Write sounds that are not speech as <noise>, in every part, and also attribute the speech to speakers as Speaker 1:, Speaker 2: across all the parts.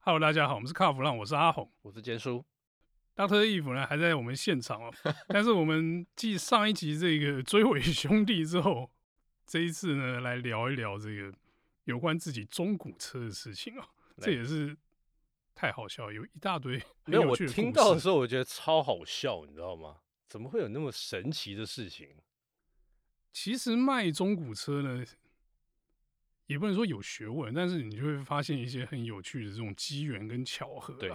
Speaker 1: Hello，大家好，我们是卡弗浪，我是阿红。
Speaker 2: 我是坚叔，
Speaker 1: Dr. Eve 呢还在我们现场
Speaker 2: <laughs>
Speaker 1: 哦，但是我们继上一集这个追尾兄弟之后，这一次呢来聊一聊这个有关自己中古车的事情哦，这
Speaker 2: 对
Speaker 1: 也是太好笑了，有一大堆很
Speaker 2: 没有
Speaker 1: 有
Speaker 2: 我
Speaker 1: 趣的
Speaker 2: 听
Speaker 1: 故
Speaker 2: 到的
Speaker 1: 事
Speaker 2: 时候，我觉得超好笑，你知道吗？怎么会有那么神奇的事情？
Speaker 1: 其实卖中古车呢，也不能说有学问，但是你就会发现一些很有趣的这种机缘跟巧合、啊。
Speaker 2: 对，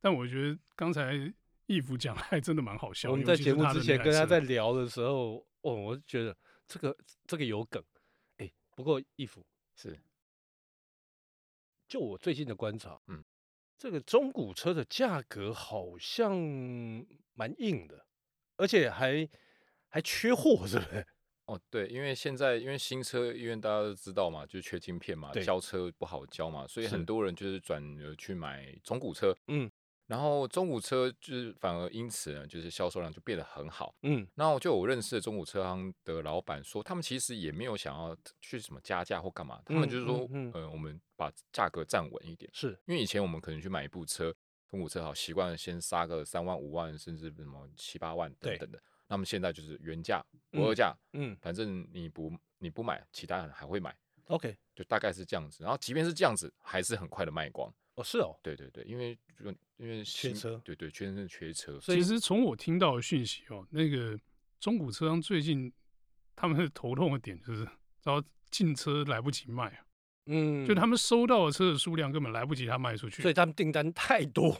Speaker 1: 但我觉得刚才义父讲的还真的蛮好笑。
Speaker 2: 我
Speaker 1: 尤
Speaker 2: 们在
Speaker 1: 其
Speaker 2: 节
Speaker 1: 是
Speaker 2: 目
Speaker 1: 他的
Speaker 2: 之
Speaker 1: 那
Speaker 2: 前
Speaker 1: 台
Speaker 2: 跟他
Speaker 1: 车
Speaker 2: 在聊的时候，哦，我就觉得这个这个有梗，哎，不过衣服
Speaker 3: 是
Speaker 2: 就我最近的观察，
Speaker 3: 嗯，
Speaker 2: 这个中古车的价格好像蛮硬的，而且还还缺货，是不是？ <laughs>
Speaker 3: 哦，对，因为现在因为新车，因为大家都知道嘛，就是缺晶片嘛，
Speaker 2: 对
Speaker 3: 交车不好交嘛，所以
Speaker 2: 是
Speaker 3: 很多人就是转而去买中古车，
Speaker 2: 嗯，
Speaker 3: 然后中古车就是反而因此呢，就是销售量就变得很好。
Speaker 2: 嗯，
Speaker 3: 然后就有认识的中古车行的老板说，他们其实也没有想要去什么加价或干嘛，他
Speaker 2: 嗯
Speaker 3: 们就是
Speaker 2: 嗯
Speaker 3: 说，
Speaker 2: 嗯
Speaker 3: 呃，我们把价格站稳一点，
Speaker 2: 是
Speaker 3: 因为以前我们可能去买一部车，中古车好习惯先杀个三万、五万，甚至什么七八万等
Speaker 2: 对
Speaker 3: 等的。那么现在就是原价、
Speaker 2: 嗯
Speaker 3: 不二价，
Speaker 2: 嗯
Speaker 3: 反正你不你不买，其他人还会买，
Speaker 2: ，OK，
Speaker 3: 就大概是这样子。然后即便是这样子，还是很快的卖光。
Speaker 2: 哦，是哦，
Speaker 3: 对对对，因为就因为
Speaker 2: 缺
Speaker 3: 新
Speaker 2: 车
Speaker 3: 对对，缺真的缺车，
Speaker 2: 所以
Speaker 1: 其实从我听到的讯息哦，那个中古车商最近他们的头痛的点就是，然后进车来不及卖啊，
Speaker 2: 嗯，
Speaker 1: 就他们收到的车的数量根本来不及他卖出去。
Speaker 2: 所以他们订单太多，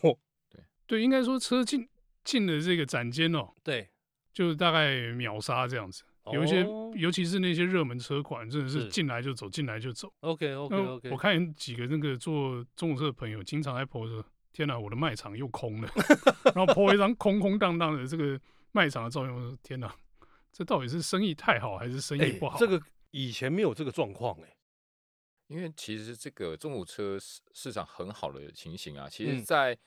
Speaker 1: 对，应该说车进进了这个展间哦，
Speaker 2: 对，
Speaker 1: 就是大概秒杀这样子。有一些，
Speaker 2: 哦
Speaker 1: 尤其是那些热门车款，真的是
Speaker 2: 是
Speaker 1: 进来就走，进来就走。
Speaker 2: OK OK
Speaker 1: 那
Speaker 2: OK，
Speaker 1: 嗯我看几个那个做中古车的朋友，经常在 PO 说：“天哪、我的卖场又空
Speaker 3: <laughs>
Speaker 1: 了。”然后 PO 一张空空荡荡的这个卖场的照片，我说：“天哪、这到底是生意太好还是生意
Speaker 2: 哎
Speaker 1: 不好？”
Speaker 2: 这个以前没有这个状况哎，
Speaker 3: 因为其实这个中古车市市场很好的情形啊，其实，
Speaker 2: 嗯
Speaker 3: 在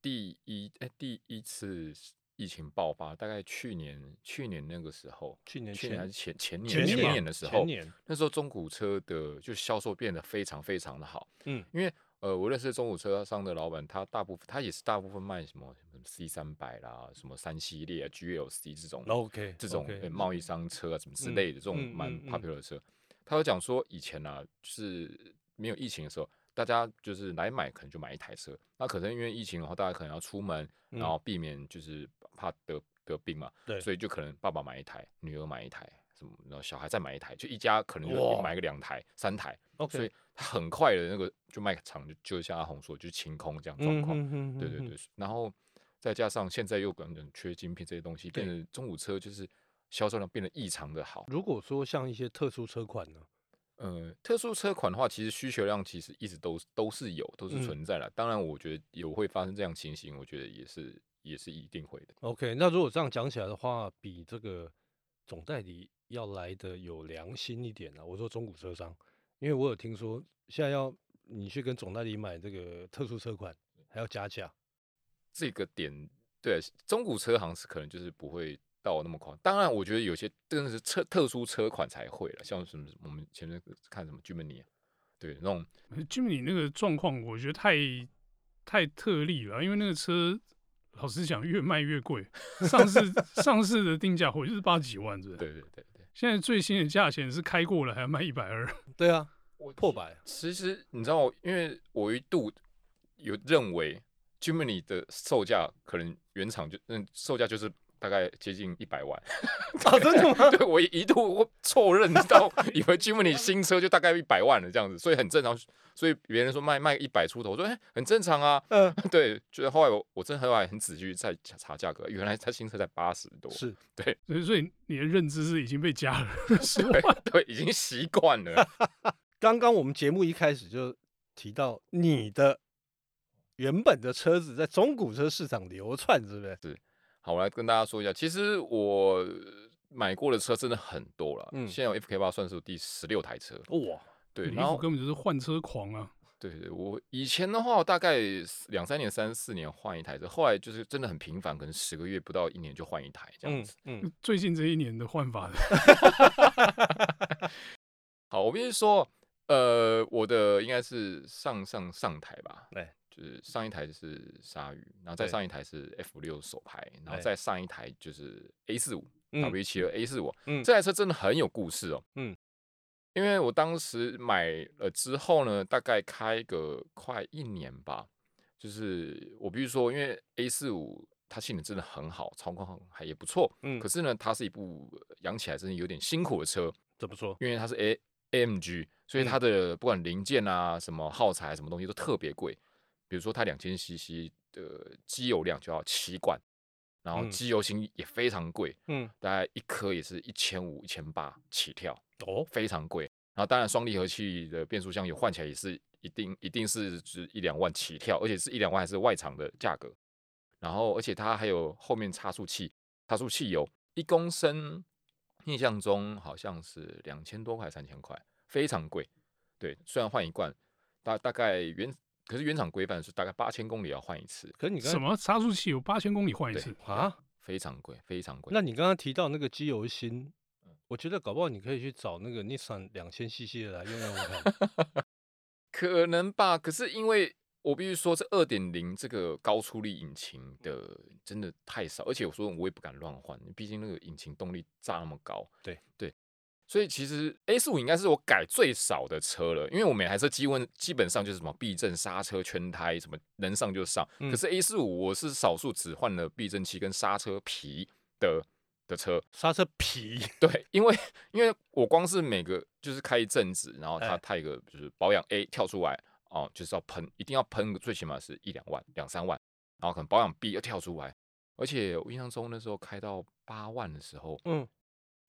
Speaker 3: 第一哎、第一次疫情爆发，大概去年去年那个时候，
Speaker 2: 去年
Speaker 3: 去
Speaker 2: 前
Speaker 3: 年还是前前
Speaker 2: 前
Speaker 3: 年
Speaker 2: 年吧
Speaker 3: 年的时候
Speaker 2: 前，年
Speaker 3: 那时候中古车的就销售变得非常非常的好，
Speaker 2: 嗯，
Speaker 3: 因为呃，我认识的中古车商的老板，他大部分他也是大部分卖什么什么 C 三百啦，什么三系列、GLC 啊这种
Speaker 2: OK
Speaker 3: 嗯这种
Speaker 2: OK
Speaker 3: 呃贸易商车啊什么之
Speaker 2: 嗯
Speaker 3: 类的这种
Speaker 2: 嗯
Speaker 3: 蛮
Speaker 2: 嗯嗯
Speaker 3: popular 的车，他有讲说以前啊，就是没有疫情的时候，大家就是来买可能就买一台车，那可能因为疫情的话，大家可能要出门，
Speaker 2: 嗯
Speaker 3: 然后避免就是怕得得病嘛，
Speaker 2: 对
Speaker 3: 所以就可能爸爸买一台，女儿买一台。什么？然后小孩再买一台，就一家可能就
Speaker 2: 哇
Speaker 3: 买个两台、三台，所
Speaker 2: OK
Speaker 3: 以他很快的那个就卖场就就像阿红说，就清空这样
Speaker 2: 嗯
Speaker 3: 状况。
Speaker 2: 况
Speaker 3: 对对对，，然后再加上现在又可能缺晶片这些东西，变
Speaker 2: 对
Speaker 3: 成中古车就是销售量变得异常的好。
Speaker 2: 如果说像一些特殊车款呢，
Speaker 3: 呃，特殊车款的话，其实需求量其实一直都是都是有，都是
Speaker 2: 嗯
Speaker 3: 存在了。当然，我觉得有会发生这样情形，我觉得也是也是一定会的。
Speaker 2: OK，那如果这样讲起来的话，比这个总代理要来的有良心一点啊。我说中古车商，因为我有听说现在要你去跟总代理买这个特殊车款，还要加价。
Speaker 3: 这个点，对中古车行是可能就是不会到那么狂。当然，我觉得有些真的是特特殊车款才会了，像什么我们前面看什么 Germany，啊对那种
Speaker 1: 就你那个状况，我觉得太太特例了，啊因为那个车老实讲越卖越
Speaker 3: <laughs>
Speaker 1: 贵，上市上市的定价我就是八几万，是不是？
Speaker 3: 对对对对。
Speaker 1: 现在最新的价钱是开过了还要卖一百二，
Speaker 2: 对啊， <laughs> 破百。
Speaker 3: 其实你知道，因为我一度有认为 Germany 的售价可能原厂就嗯售价就是大概接近一百万， <laughs>
Speaker 2: 啊，真的吗？
Speaker 3: 对我一度我错认到以为 Germany 新车就大概一百万了这样子，所以很正常。所以别人说卖卖一百出头，我说哎、很正常啊。 <laughs>
Speaker 2: 嗯，
Speaker 3: 对，就是后来我我真的后来很仔细去再查查价格，原来它新车才八十多，
Speaker 2: 是
Speaker 1: 所以所以你的认知是已经被加了十万
Speaker 3: 对。对，已经习惯了。
Speaker 2: 刚刚我们节目一开始就提到你的原本的车子在中古车市场流窜，是不是？
Speaker 3: 好，我来跟大家说一下，其实我买过的车真的很多了，
Speaker 2: 嗯
Speaker 3: 现在我 FK 八算是我第十六台车，
Speaker 2: 哇，
Speaker 3: 对，
Speaker 1: 你
Speaker 3: 然
Speaker 1: 衣服
Speaker 3: 后
Speaker 1: 根本就是换车狂啊！
Speaker 3: 对对，我以前的话大概两三年、三四年换一台车，后来就是真的很频繁，可能十个月不到一年就换一台这样
Speaker 2: 嗯
Speaker 3: 子。
Speaker 2: 嗯，
Speaker 1: 最近这一年的换法，
Speaker 3: 好，我必须说，呃，我的应该是上上上台吧，
Speaker 2: 对，
Speaker 3: 就是上一台是鲨鱼，然后再
Speaker 2: 对
Speaker 3: 上一台是 F 六手排，然后
Speaker 2: 哎
Speaker 3: 再上一台就是 A 四五
Speaker 2: 嗯
Speaker 3: W 七二 A 四五，
Speaker 2: 嗯
Speaker 3: 这台车真的很有故事哦。
Speaker 2: 嗯，
Speaker 3: 因为我当时买了之后呢，大概开个快一年吧，就是我必须说，因为 A 四五它性能真的很好，操控还也不错，
Speaker 2: 嗯
Speaker 3: 可是呢，它是一部养起来真的有点辛苦的车，
Speaker 2: 怎么说？
Speaker 3: 因为它是 A AMG，所以它的不管零件啊、什么耗材、什么东西都特别贵。比如说它两千 CC 的机油量就要七罐，然后
Speaker 2: 嗯
Speaker 3: 机油芯也非常贵，
Speaker 2: 嗯，
Speaker 3: 大概一颗也是一千五、一千八起跳，
Speaker 2: 哦，
Speaker 3: 非常贵。然后当然双离合器的变速箱油换起来也是一定一定是值一两万起跳，而且是一两万还是外厂的价格。然后而且它还有后面差速器，差速器油一公升，印象中好像是两千多块、三千块，非常贵。对，虽然换一罐大大概原，可是原厂规范是大概八千公里要换一次，
Speaker 2: 可是你刚
Speaker 1: 什么差速器有八千公里换一
Speaker 3: 对
Speaker 1: 次？
Speaker 2: 啊？
Speaker 3: 非常贵，非常贵。
Speaker 2: 那你刚刚提到那个机油芯，我觉得搞不好你可以去找那个 Nissan 两千 CC 的来用用看。
Speaker 3: 可能吧，可是因为我必须说，这二点零这个高出力引
Speaker 2: 嗯
Speaker 3: 擎的真的太少，而且我说我也不敢乱换，毕竟那个引擎动力炸那么高。
Speaker 2: 对
Speaker 3: 对，所以其实 A 四五应该是我改最少的车了，因为我每台车基本基本上就是什么避震、刹车、圈胎，什么能上就上。
Speaker 2: 嗯
Speaker 3: 可是 A 四五我是少数只换了避震器跟刹车皮的的车，
Speaker 2: 刹车皮，
Speaker 3: 对，因为因为我光是每个就是开一阵子，然后它
Speaker 2: 哎
Speaker 3: 它有一个就是保养 A 跳出来哦，就是要喷，一定要喷个最起码是一两万、两三万，然后可能保养 B 要跳出来，而且我印象中那时候开到八万的时候，
Speaker 2: 嗯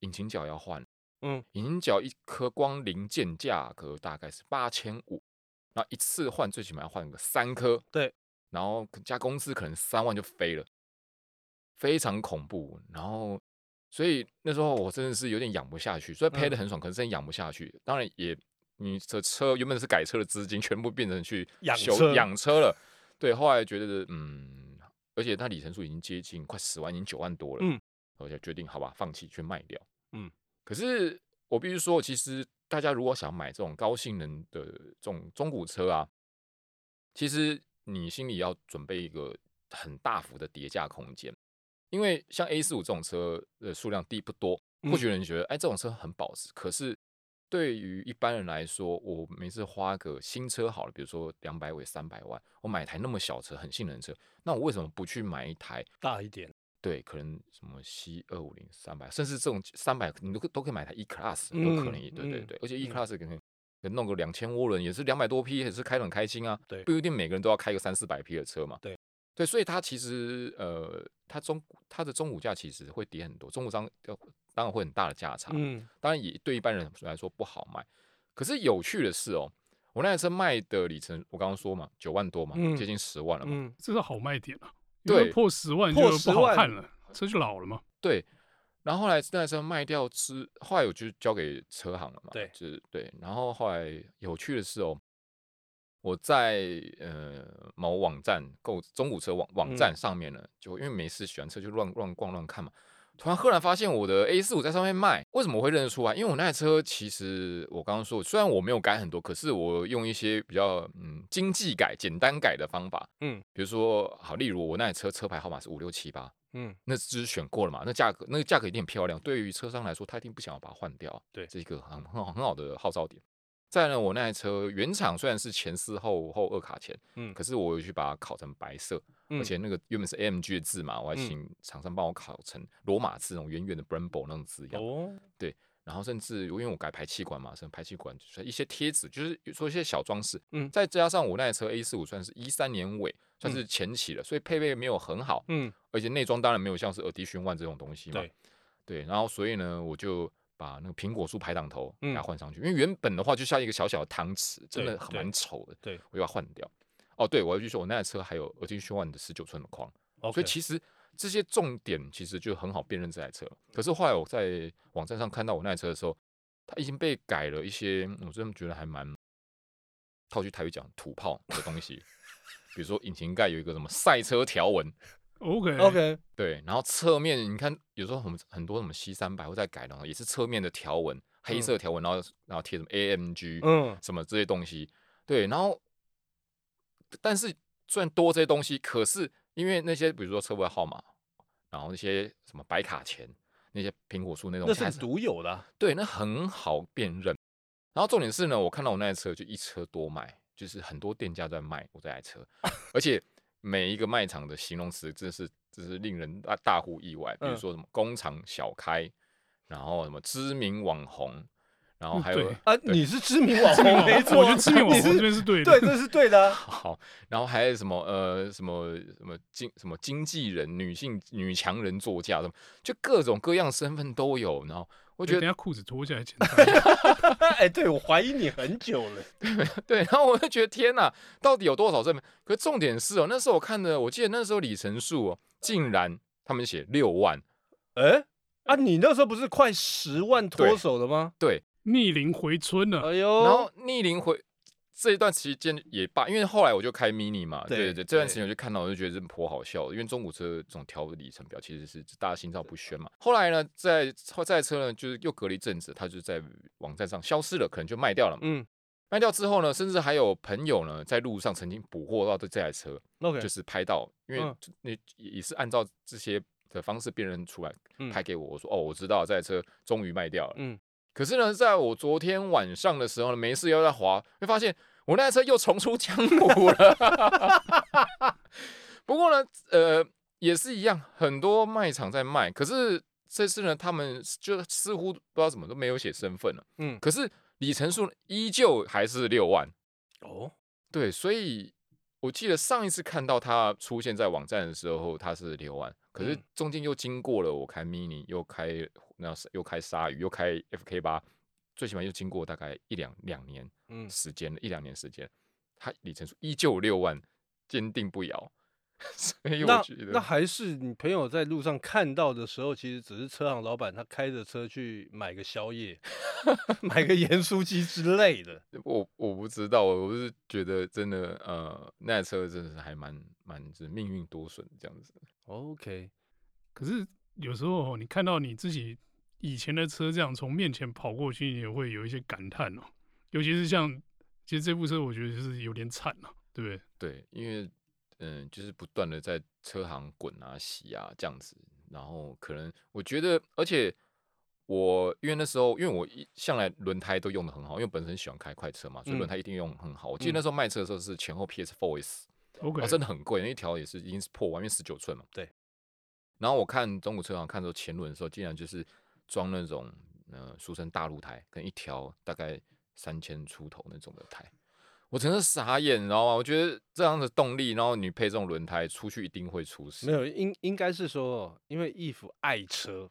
Speaker 3: 引擎角要换，
Speaker 2: 嗯，
Speaker 3: 引擎角一颗光零件价格大概是八千五，然后一次换最起码要换个三颗，
Speaker 2: 对，
Speaker 3: 然后加工资可能三万就飞了，非常恐怖。然后，所以那时候我真的是有点养不下去，虽然赔的
Speaker 2: 嗯
Speaker 3: 很爽，可是真的养不下去。当然也，你的车原本是改车的资金，全部变成去
Speaker 2: 养
Speaker 3: 修
Speaker 2: 车
Speaker 3: 养车了。对，后来觉得嗯，而且它里程数已经接近快十万，已经九万多了，
Speaker 2: 嗯，
Speaker 3: 我就决定好吧，放弃去卖掉。
Speaker 2: 嗯，
Speaker 3: 可是我必须说，其实大家如果想买这种高性能的这种中古车啊，其实你心里要准备一个很大幅的叠加空间，因为像 A 四五这种车的数量低不多，或
Speaker 2: 嗯
Speaker 3: 许有人觉得哎这种车很保值，可是对于一般人来说，我每次花个新车好了，比如说两百尾三百万，我买一台那么小车很性能的车，那我为什么不去买一台
Speaker 2: 大一点，
Speaker 3: 对，可能什么 C 二五零三百，甚至这种三百，你都可都可以买台 E Class，都可能
Speaker 2: 嗯
Speaker 3: 也对对
Speaker 2: 嗯
Speaker 3: 对，而且 E
Speaker 2: 嗯
Speaker 3: Class 可能可能弄个两千涡轮，也是两百多匹，也是开得很开心啊。
Speaker 2: 对
Speaker 3: 不一定每个人都要开个三四百匹的车嘛。
Speaker 2: 对
Speaker 3: 对，所以它其实呃，它中古它的中股价其实会跌很多，中股商呃当然会很大的价差，
Speaker 2: 嗯，
Speaker 3: 当然也对一般人来说不好卖。可是有趣的是哦，我那台车卖的里程，我刚刚说嘛，九万多嘛，
Speaker 2: 嗯
Speaker 3: 接近十万了嘛。
Speaker 2: 嗯，
Speaker 1: 这是好卖点啊。
Speaker 3: 对
Speaker 1: 因为破十万就
Speaker 2: 破
Speaker 1: 不好
Speaker 2: 10
Speaker 1: 看了，车就老了嘛。
Speaker 3: 对，然后后来那台车卖掉之，后来我就交给车行了嘛。
Speaker 2: 对
Speaker 3: 就是对。然后后来有趣的是哦，我在呃某网站购中古车网网站
Speaker 2: 嗯
Speaker 3: 上面呢，就因为没事喜欢车就乱乱逛乱看嘛。突然赫然发现我的 A 四五在上面卖，为什么我会认得出来？因为我那台车其实我刚刚说，虽然我没有改很多，可是我用一些比较嗯经济改、简单改的方法，
Speaker 2: 嗯
Speaker 3: 比如说好，例如我那台车车牌号码是五六七八，
Speaker 2: 嗯，
Speaker 3: 那只是选过了嘛，那价格那个价格一定很漂亮。对于车商来说，他一定不想要把它换掉。
Speaker 2: 对
Speaker 3: 这是一个很很好很好的号召点。再来呢，我那台车原厂虽然是前四后后二卡钳，
Speaker 2: 嗯
Speaker 3: 可是我有去把它烤成白色，
Speaker 2: 嗯
Speaker 3: 而且那个原本是 AMG 的字嘛，我还
Speaker 2: 嗯
Speaker 3: 请厂商帮我烤成罗马字那种圆圆的 Brembo 那种字样。
Speaker 2: 哦，
Speaker 3: 然后甚至因为我改排气管嘛，所以排气管就是一些贴纸，就是说一些小装饰。
Speaker 2: 嗯
Speaker 3: 再加上我那台车 A 四五算是一三年尾，
Speaker 2: 嗯
Speaker 3: 算是前期了，所以配备没有很好。
Speaker 2: 嗯
Speaker 3: 而且内装当然没有像是耳迪询问这种东西嘛。
Speaker 2: 对
Speaker 3: 对然后所以呢，我就把那个苹果树排挡头给它
Speaker 2: 嗯
Speaker 3: 换上去，因为原本的话就像一个小小的汤匙，真
Speaker 2: 对
Speaker 3: 的很
Speaker 2: 对
Speaker 3: 蛮丑的，
Speaker 2: 对
Speaker 3: 我就把它换掉。哦，对，我要去说，我那台车还有耳迪询问的十九寸的框，
Speaker 2: ，OK，
Speaker 3: 所以其实这些重点其实就很好辨认这台车。可是后来我在网站上看到我那台车的时候，它已经被改了一些，我真的觉得还蛮套句台语讲土炮的东西，比如说引擎盖有一个什么赛车条纹，
Speaker 1: OK
Speaker 2: OK，
Speaker 3: 对，然后侧面你看，有时候很很多什么 C 三百或在改的，也是侧面的条纹，黑
Speaker 2: 嗯
Speaker 3: 色条纹，然后然后贴什么 AMG，
Speaker 2: 嗯
Speaker 3: 什么这些东西，对，然后但是虽然多这些东西，可是因为那些比如说车牌号码，然后那些什么白卡钱、那些苹果树那种，
Speaker 2: 那
Speaker 3: 还
Speaker 2: 是独有的啊、
Speaker 3: 对，那很好辨认。然后重点是呢，我看到我那台车就一车多卖，就是很多店家在卖我这台车，而且每一个卖场的形容词真是真是令人大大呼意外，比如
Speaker 2: 嗯
Speaker 3: 说什么工厂小开，然后什么知名网红，然后
Speaker 1: 嗯
Speaker 3: 还
Speaker 1: 对
Speaker 3: 有
Speaker 2: 啊，
Speaker 3: 对
Speaker 2: 你是知名网红，没错，
Speaker 1: 啊
Speaker 2: 啊
Speaker 1: 我觉得知名网
Speaker 2: 你
Speaker 1: 红
Speaker 2: 是
Speaker 1: 这边是对的
Speaker 2: 对，，这是对的啊。<laughs>
Speaker 3: <laughs> 好，然后还有什么呃什么什么经什么经纪人、女性女强人作家什么，就各种各样身份都有。然后我
Speaker 1: 我
Speaker 3: 觉
Speaker 1: 哎等
Speaker 3: 得
Speaker 1: 下裤子脱下来检查一下，
Speaker 2: 哎，对我怀疑你很久了。
Speaker 3: 对，然后我就觉得天哪，到底有多少身份？可是重点是哦，那时候我看的，我记得那时候里程数哦，竟然他们写六万，
Speaker 2: 哎，啊，你那时候不是快十万脱
Speaker 3: 对
Speaker 2: 手了吗？
Speaker 1: 逆龄回春了，
Speaker 2: 哎
Speaker 3: 然
Speaker 2: 呦，
Speaker 3: 后逆龄回。这一段期间也罢，因为后来我就开 mini 嘛，对
Speaker 2: 对
Speaker 3: 对，这段
Speaker 2: 对
Speaker 3: 时间我就看到，我就觉得真颇好笑的，因为中古车这种调的里程表其实是大家心照不宣嘛。后来呢，在后这台车呢，就是又隔了一阵子，它就在网站上消失了，可能就卖掉了嘛。
Speaker 2: 嗯
Speaker 3: 卖掉之后呢，甚至还有朋友呢在路上曾经捕获到这这台车，
Speaker 2: ，OK，
Speaker 3: 就是拍到，因为
Speaker 2: 嗯
Speaker 3: 就你也是按照这些的方式辨认出来
Speaker 2: 嗯，
Speaker 3: 拍给我，我说哦，我知道这台车终于卖掉了。
Speaker 2: 嗯，
Speaker 3: 可是呢，在我昨天晚上的时候呢，没事又在滑，会发现我那台车又重出江湖了。 <laughs> 不过呢，呃，也是一样，很多卖场在卖，可是这次呢，他们就似乎不知道怎么都没有写身份了。
Speaker 2: 嗯
Speaker 3: 可是里程数依旧还是六万，
Speaker 2: 哦，
Speaker 3: 对，所以我记得上一次看到它出现在网站的时候，它是六万，可是
Speaker 2: 嗯
Speaker 3: 中间又经过了我开 mini，又开那又开鲨鱼，又开 FK 八，最起码又经过大概一两两年
Speaker 2: 嗯，
Speaker 3: 时间了，一两年时间，它里程数依旧有六万，坚定不摇。 <laughs> 所以我
Speaker 2: 那
Speaker 3: 觉
Speaker 2: 那
Speaker 3: 得，
Speaker 2: 还是你朋友在路上看到的时候，其实只是车行老板他开着车去买个宵夜， <laughs> 买个盐酥鸡之类的。
Speaker 3: 我我不知道，我是觉得真的，呃，那台车真的是还蛮蛮就是命运多舛这样子。
Speaker 2: OK，
Speaker 1: 可是有时候哦你看到你自己以前的车这样从面前跑过去，你也会有一些感叹哦。尤其是像，其实这部车我觉得就是有点惨了、对不对？
Speaker 3: 对，因为嗯，就是不断的在车行滚啊、洗啊这样子，然后可能我觉得，而且我因为那时候，因为我一向来轮胎都用的很好，因为本身喜欢开快车嘛，所以轮
Speaker 2: 嗯
Speaker 3: 胎一定用得很好。我记得
Speaker 2: 嗯
Speaker 3: 那时候卖车的时候是前后 PS Four S，
Speaker 1: OK，、
Speaker 3: 哦，真的很贵，那一条也是已经是破万，因为十九寸嘛。
Speaker 2: 对。
Speaker 3: 然后我看中古车行看到前轮的时候，竟然就是装那种呃俗称大陆胎，跟一条大概三千出头那种的胎，我真的傻眼，你知道吗？我觉得这样的动力，然后你配这种轮胎出去一定会出事。
Speaker 2: 没有应应该是说，哦因为义父爱车，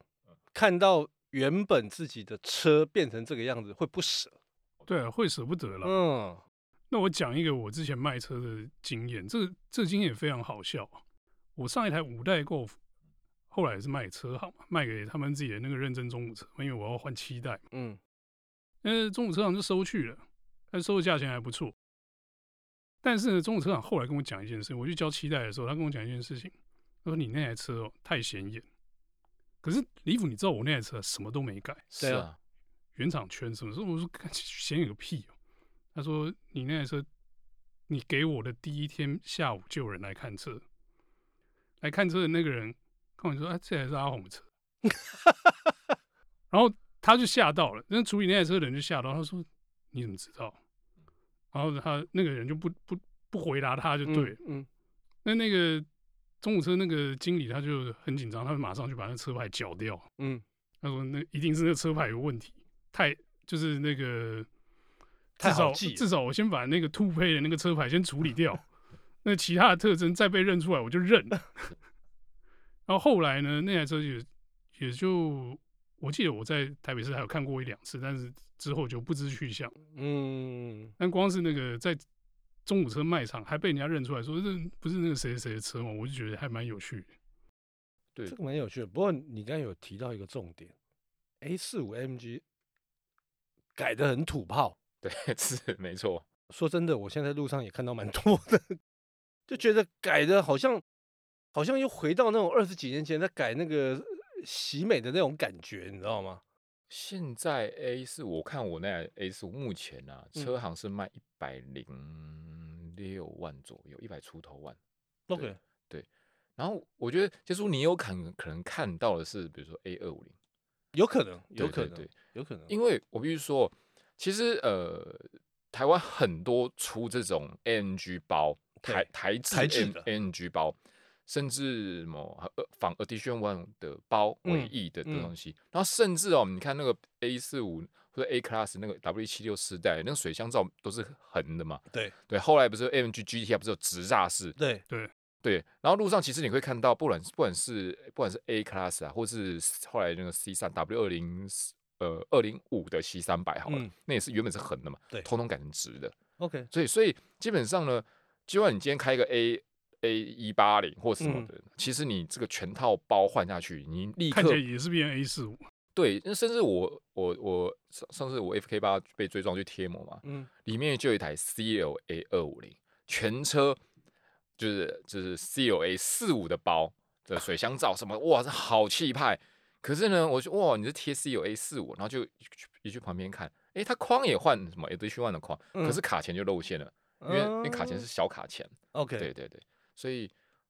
Speaker 2: 看到原本自己的车变成这个样子会不舍。
Speaker 1: 对啊，会舍不得了。
Speaker 2: 嗯，
Speaker 1: 那我讲一个我之前卖车的经验，这这经验也非常好笑啊、我上一台五代 Golf，后来也是卖车行嘛，卖给他们自己的那个认证中古车，因为我要换七代嘛。
Speaker 2: 嗯，
Speaker 1: 呃，中古车厂就收去了，但收的价钱还不错。但是呢，中古车厂后来跟我讲一件事，我去交期待的时候，他跟我讲一件事情，他说你那台车哦太显眼。可是李府，你知道我那台车什么都没改，
Speaker 3: 是
Speaker 2: 对啊
Speaker 3: 啊，
Speaker 1: 原厂圈什么？所以我说看显眼个屁哦。他说你那台车，你给我的第一天下午就有人来看车，来看车的那个人跟我说，哎，这台是阿红的车，然后他就吓到了，那处理那台车的人就吓到，他说你怎么知道？然后他那个人就不不不回答他就
Speaker 2: 嗯
Speaker 1: 对了，
Speaker 2: 嗯，
Speaker 1: 那那个中午车那个经理他就很紧张，他马上就把那车牌缴掉。
Speaker 2: 嗯，
Speaker 1: 他说那一定是那车牌有问题，太就是那个
Speaker 2: 太
Speaker 1: 至
Speaker 2: 好
Speaker 1: 少
Speaker 2: 记了
Speaker 1: 至少我先把那个兔配的那个车牌先处理
Speaker 2: <laughs>
Speaker 1: 掉，那其他的特征再被认出来我就认了。然后后来呢，那台车也也就我记得我在台北市还有看过一两次，但是之后就不知去向。
Speaker 2: 嗯，
Speaker 1: 但光是那个在中古车卖场还被人家认出来说这不是那个谁谁谁的车吗？我就觉得还蛮有趣的。
Speaker 3: 对
Speaker 2: 这个蛮有趣的。不过你刚才有提到一个重点，A 四五 MG 改的很土炮。
Speaker 3: 对， <laughs> 是没错。
Speaker 2: 说真的，我现在路上也看到蛮多的， <laughs> 就觉得改的好像好像又回到那种二十几年前在改那个喜美的那种感觉，你知道吗？
Speaker 3: 现在 A 四，我看我那台 A 四目前啊，
Speaker 2: 嗯
Speaker 3: 车行是卖一百零六万左右，一百出头万。
Speaker 2: OK，
Speaker 3: 然后我觉得杰叔，你有可能可能看到的是，比如说 A 二五零，
Speaker 2: 有可能，有
Speaker 3: 对
Speaker 2: 可
Speaker 3: 对
Speaker 2: 能
Speaker 3: 对，
Speaker 2: 有可能，
Speaker 3: 因为我必须说，其实呃，台湾很多出这种 ANG 包，台
Speaker 2: 对
Speaker 3: 台制
Speaker 2: 台制
Speaker 3: AN-
Speaker 2: 的
Speaker 3: ANG 包，甚至什么呃仿 Edition One 的包为
Speaker 2: 嗯
Speaker 3: 意的的
Speaker 2: 嗯
Speaker 3: 东西，然后甚至哦，你看那个 A 四五或者 A Class 那个 W 七六时代，那个水箱罩都是横的嘛，
Speaker 2: 对
Speaker 3: 对，后来不是 AMG GTR 不是有直栅式，
Speaker 2: 对，
Speaker 3: 对，然后路上其实你会看到，不管是不管是不管是 A class 啊，或是后来那个 C 三 W 二零呃二零五的 C 三百好了，
Speaker 2: 嗯
Speaker 3: 那也是原本是横的嘛，
Speaker 2: 对
Speaker 3: 通通改成直的。
Speaker 2: ，OK，
Speaker 3: 所以所以基本上呢，就算你今天开一个 A A 一八零或什么
Speaker 2: 嗯
Speaker 3: 的，其实你这个全套包换下去，你立
Speaker 1: 看起
Speaker 3: 刻
Speaker 1: 来也是变 A 四五，
Speaker 3: 对，那甚至我我我上上次我 F K 八被追撞去贴膜嘛，
Speaker 2: 嗯，
Speaker 3: 里面就有一台 CLA 二五零，全车就是就是 CLA 四五的包的水箱罩什么，哇，这好气派。可是呢，我就哇，你是贴 CLA 四五，然后就去一去旁边看，诶，它框也换什么 Edition One 的框，可
Speaker 2: 嗯
Speaker 3: 是卡钳就露馅了，因为因为卡钳
Speaker 2: 嗯
Speaker 3: 是小卡钳，
Speaker 2: OK，
Speaker 3: 对对对，所以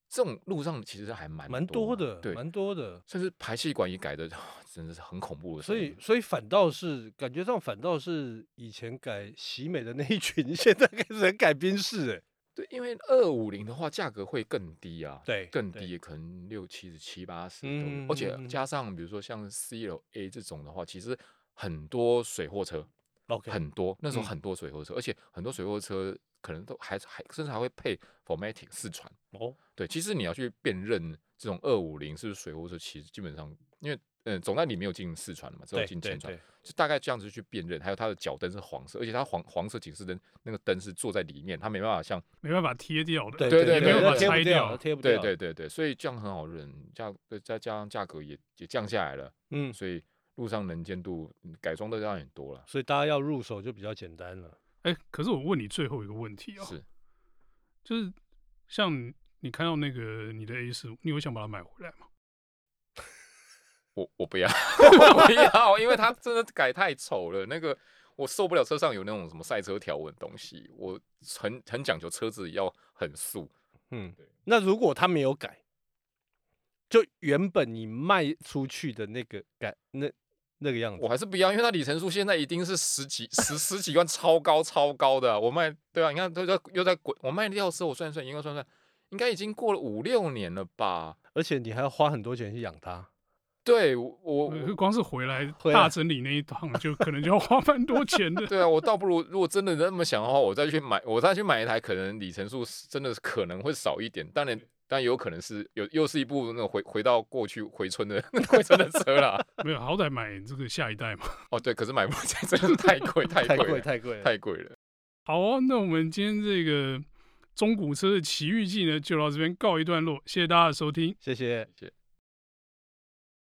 Speaker 3: 这种路上其实还蛮
Speaker 2: 蛮多
Speaker 3: 嘛
Speaker 2: 的，
Speaker 3: 对，
Speaker 2: 蛮多的，
Speaker 3: 甚至排气管也改的， <laughs> 真的是很恐怖的
Speaker 2: 所
Speaker 3: 声音，
Speaker 2: 以所以反倒是感觉上反倒是以前改喜美的那一群， <laughs> 现在开始在改宾士，哎，
Speaker 3: 对，因为二五零的话价格会更低啊，
Speaker 2: 对
Speaker 3: 更
Speaker 2: 对
Speaker 3: 低，可能六七十、七八十都有，而且
Speaker 2: 嗯嗯嗯
Speaker 3: 加上比如说像 CLA 这种的话，其实很多水货车
Speaker 2: OK，
Speaker 3: 很多，那时候
Speaker 2: 嗯
Speaker 3: 很多水货车，而且很多水货车可能都还还甚至还会配 Formatic 四传。
Speaker 2: 哦，
Speaker 3: 对，其实你要去辨认这种二五零是不是水货车，其实基本上因为。嗯，总代理没有进四传的嘛，只有
Speaker 2: 对
Speaker 3: 进
Speaker 2: 对
Speaker 3: 前传，
Speaker 2: 对，
Speaker 3: 就大概这样子去辨认。还有它的脚灯是黄色，而且它黄黄色警示灯那个灯是坐在里面，它没办法像
Speaker 1: 没办法贴掉的，
Speaker 2: 对
Speaker 3: 对
Speaker 2: 对
Speaker 1: 没有
Speaker 3: 对
Speaker 1: 办法
Speaker 2: 贴
Speaker 1: 拆
Speaker 2: 不掉，贴不
Speaker 3: 对
Speaker 2: 掉，
Speaker 3: 对，对对，所以这样很好认，价再再加上价格也也降下来了，
Speaker 2: 嗯，
Speaker 3: 所以路上能见度嗯改装的当然也多了。
Speaker 2: 所以大家要入手就比较简单了，
Speaker 1: 哎、可是我问你最后一个问题哦，
Speaker 3: 是，
Speaker 1: 就是像你看到那个你的 A 四五，你有想把它买回来吗？
Speaker 3: 我我不要， <laughs> 我不要，因为它真的改太丑了，那个我受不了车上有那种什么赛车条纹的东西，我很很讲究车子要很素，
Speaker 2: 嗯
Speaker 3: 对，
Speaker 2: 那如果他没有改，就原本你卖出去的那个改那那个样子
Speaker 3: 我，还是不要，因为它里程数现在一定是十几十十几万，超高超高的啊、我卖对啊，你看都在又在滚，我卖掉的时候我算一算，应该算算，应该已经过了五六年了吧。
Speaker 2: 而且你还要花很多钱去养它，
Speaker 3: 对我，我
Speaker 1: 呃光是回来
Speaker 2: 回来
Speaker 1: 大整理那一趟，就可能就要花蛮多钱的。 <laughs>
Speaker 3: 对啊，我倒不如如果真的那么想的话，我再去买，我再去买一台，可能里程数是真的是可能会少一点。当然，当然有可能是有又是一部那种回回到过去回村的 <laughs> 回村的车啦。
Speaker 1: 没有，好歹买这个下一代嘛。 <laughs>
Speaker 3: 哦，对，可是买不起，真的是太 <laughs> 贵，太
Speaker 2: 太
Speaker 3: 贵了，
Speaker 2: 太贵了，
Speaker 3: 太贵了。
Speaker 1: 好哦，那我们今天这个中古车的奇遇记呢，就到这边告一段落。谢谢大家的收听。
Speaker 2: 谢谢。
Speaker 3: 谢谢